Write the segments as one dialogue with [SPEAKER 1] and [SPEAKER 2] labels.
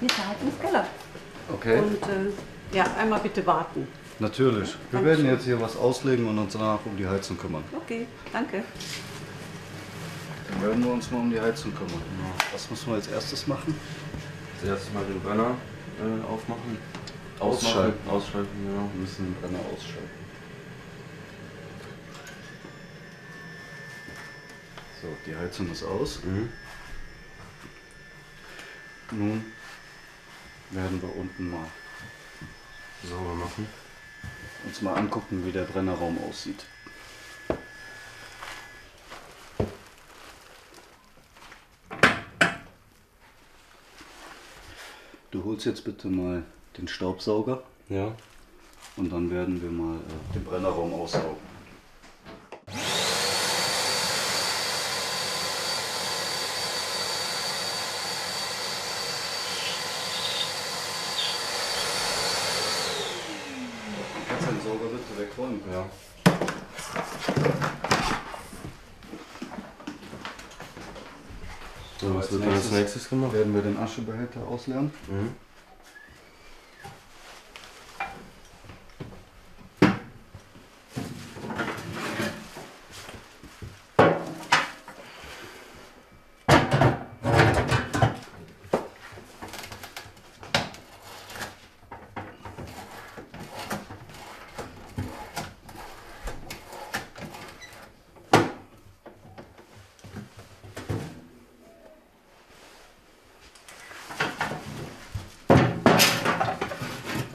[SPEAKER 1] Wir schalten ins Keller.
[SPEAKER 2] Okay,
[SPEAKER 1] Und äh, ja, einmal bitte warten.
[SPEAKER 2] natürlich. Wir
[SPEAKER 1] Dankeschön.
[SPEAKER 2] werden jetzt hier was auslegen und uns danach um die Heizung kümmern.
[SPEAKER 1] Okay, danke.
[SPEAKER 2] Dann werden wir uns mal um die Heizung kümmern. Was müssen wir als erstes machen?
[SPEAKER 3] Das erste Mal den Brenner äh, aufmachen.
[SPEAKER 2] Ausschalten.
[SPEAKER 3] Ausmachen, Ausschalten, genau.
[SPEAKER 2] Wir müssen den Brenner ausschalten. So, die Heizung ist aus.
[SPEAKER 3] Mhm.
[SPEAKER 2] Nun werden wir unten mal
[SPEAKER 3] Sauber machen.
[SPEAKER 2] uns mal angucken, wie der Brennerraum aussieht. Du holst jetzt bitte mal den Staubsauger
[SPEAKER 3] Ja.
[SPEAKER 2] und dann werden wir mal äh, den Brennerraum aussaugen. Kannst du den Sauger bitte wegräumen?
[SPEAKER 3] Ja. So, was
[SPEAKER 2] als
[SPEAKER 3] wird dann als
[SPEAKER 2] nächstes-
[SPEAKER 3] nächstes gemacht?
[SPEAKER 2] Werden wir den Aschebehälter ausleeren?
[SPEAKER 3] Mhm.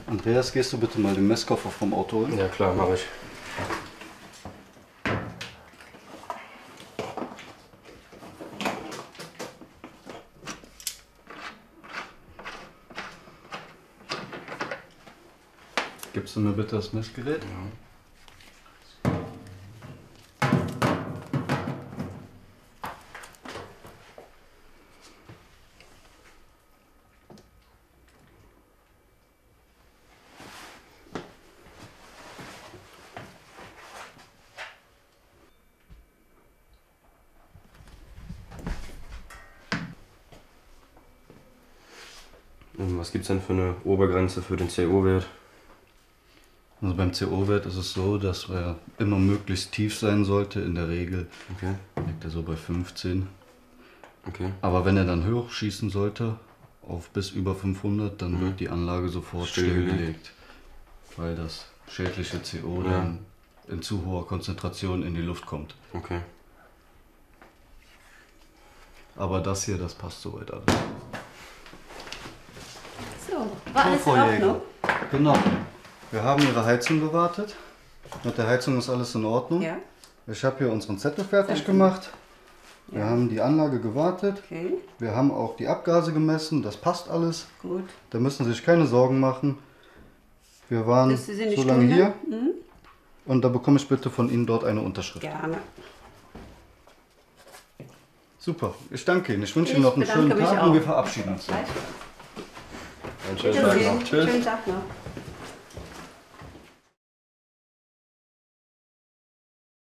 [SPEAKER 2] Andreas, gehst du bitte mal den Messkoffer vom Auto holen?
[SPEAKER 3] Ja klar, mache ich.
[SPEAKER 2] Gibst du mir bitte das Messgerät?
[SPEAKER 3] Ähm, Was gibt's denn für eine Obergrenze für den CO-Wert?
[SPEAKER 2] Also beim CO-Wert ist es so, dass er immer möglichst tief sein sollte. In der Regel
[SPEAKER 3] Okay.
[SPEAKER 2] liegt er so bei 15.
[SPEAKER 3] Okay.
[SPEAKER 2] Aber wenn er dann höher schießen sollte, auf bis über 500, dann wird die Anlage sofort
[SPEAKER 3] Mhm. Stillgelegt.
[SPEAKER 2] stillgelegt. Weil das schädliche CO
[SPEAKER 3] Ja.
[SPEAKER 2] dann in zu hoher Konzentration in die Luft kommt.
[SPEAKER 3] Okay.
[SPEAKER 2] Aber das hier, das passt soweit alles.
[SPEAKER 1] So, war alles in
[SPEAKER 2] Frau Jäger.
[SPEAKER 1] Ordnung?
[SPEAKER 2] Genau. Wir haben Ihre Heizung gewartet. Mit der Heizung ist alles in Ordnung.
[SPEAKER 1] Ja,
[SPEAKER 2] Ich habe hier unseren Zettel fertig gemacht. Wir haben die Anlage gewartet.
[SPEAKER 1] okay,
[SPEAKER 2] Wir haben auch die Abgase gemessen. Das passt alles.
[SPEAKER 1] gut.
[SPEAKER 2] Da müssen Sie sich keine Sorgen machen. Wir waren
[SPEAKER 1] Das ist in die
[SPEAKER 2] so lange
[SPEAKER 1] Stunde.
[SPEAKER 2] hier. Und da bekomme ich bitte von Ihnen dort eine Unterschrift.
[SPEAKER 1] Hm? Gerne.
[SPEAKER 2] Super. Ich danke Ihnen. Ich wünsche
[SPEAKER 1] Ich
[SPEAKER 2] Ihnen noch einen schönen
[SPEAKER 1] bedanke mich
[SPEAKER 2] Tag
[SPEAKER 1] auch.
[SPEAKER 2] und wir verabschieden uns.
[SPEAKER 1] Gleich.
[SPEAKER 3] Einen schönen Tag
[SPEAKER 1] Wiedersehen.
[SPEAKER 3] noch. Tschüss.
[SPEAKER 1] Schönen Tag noch.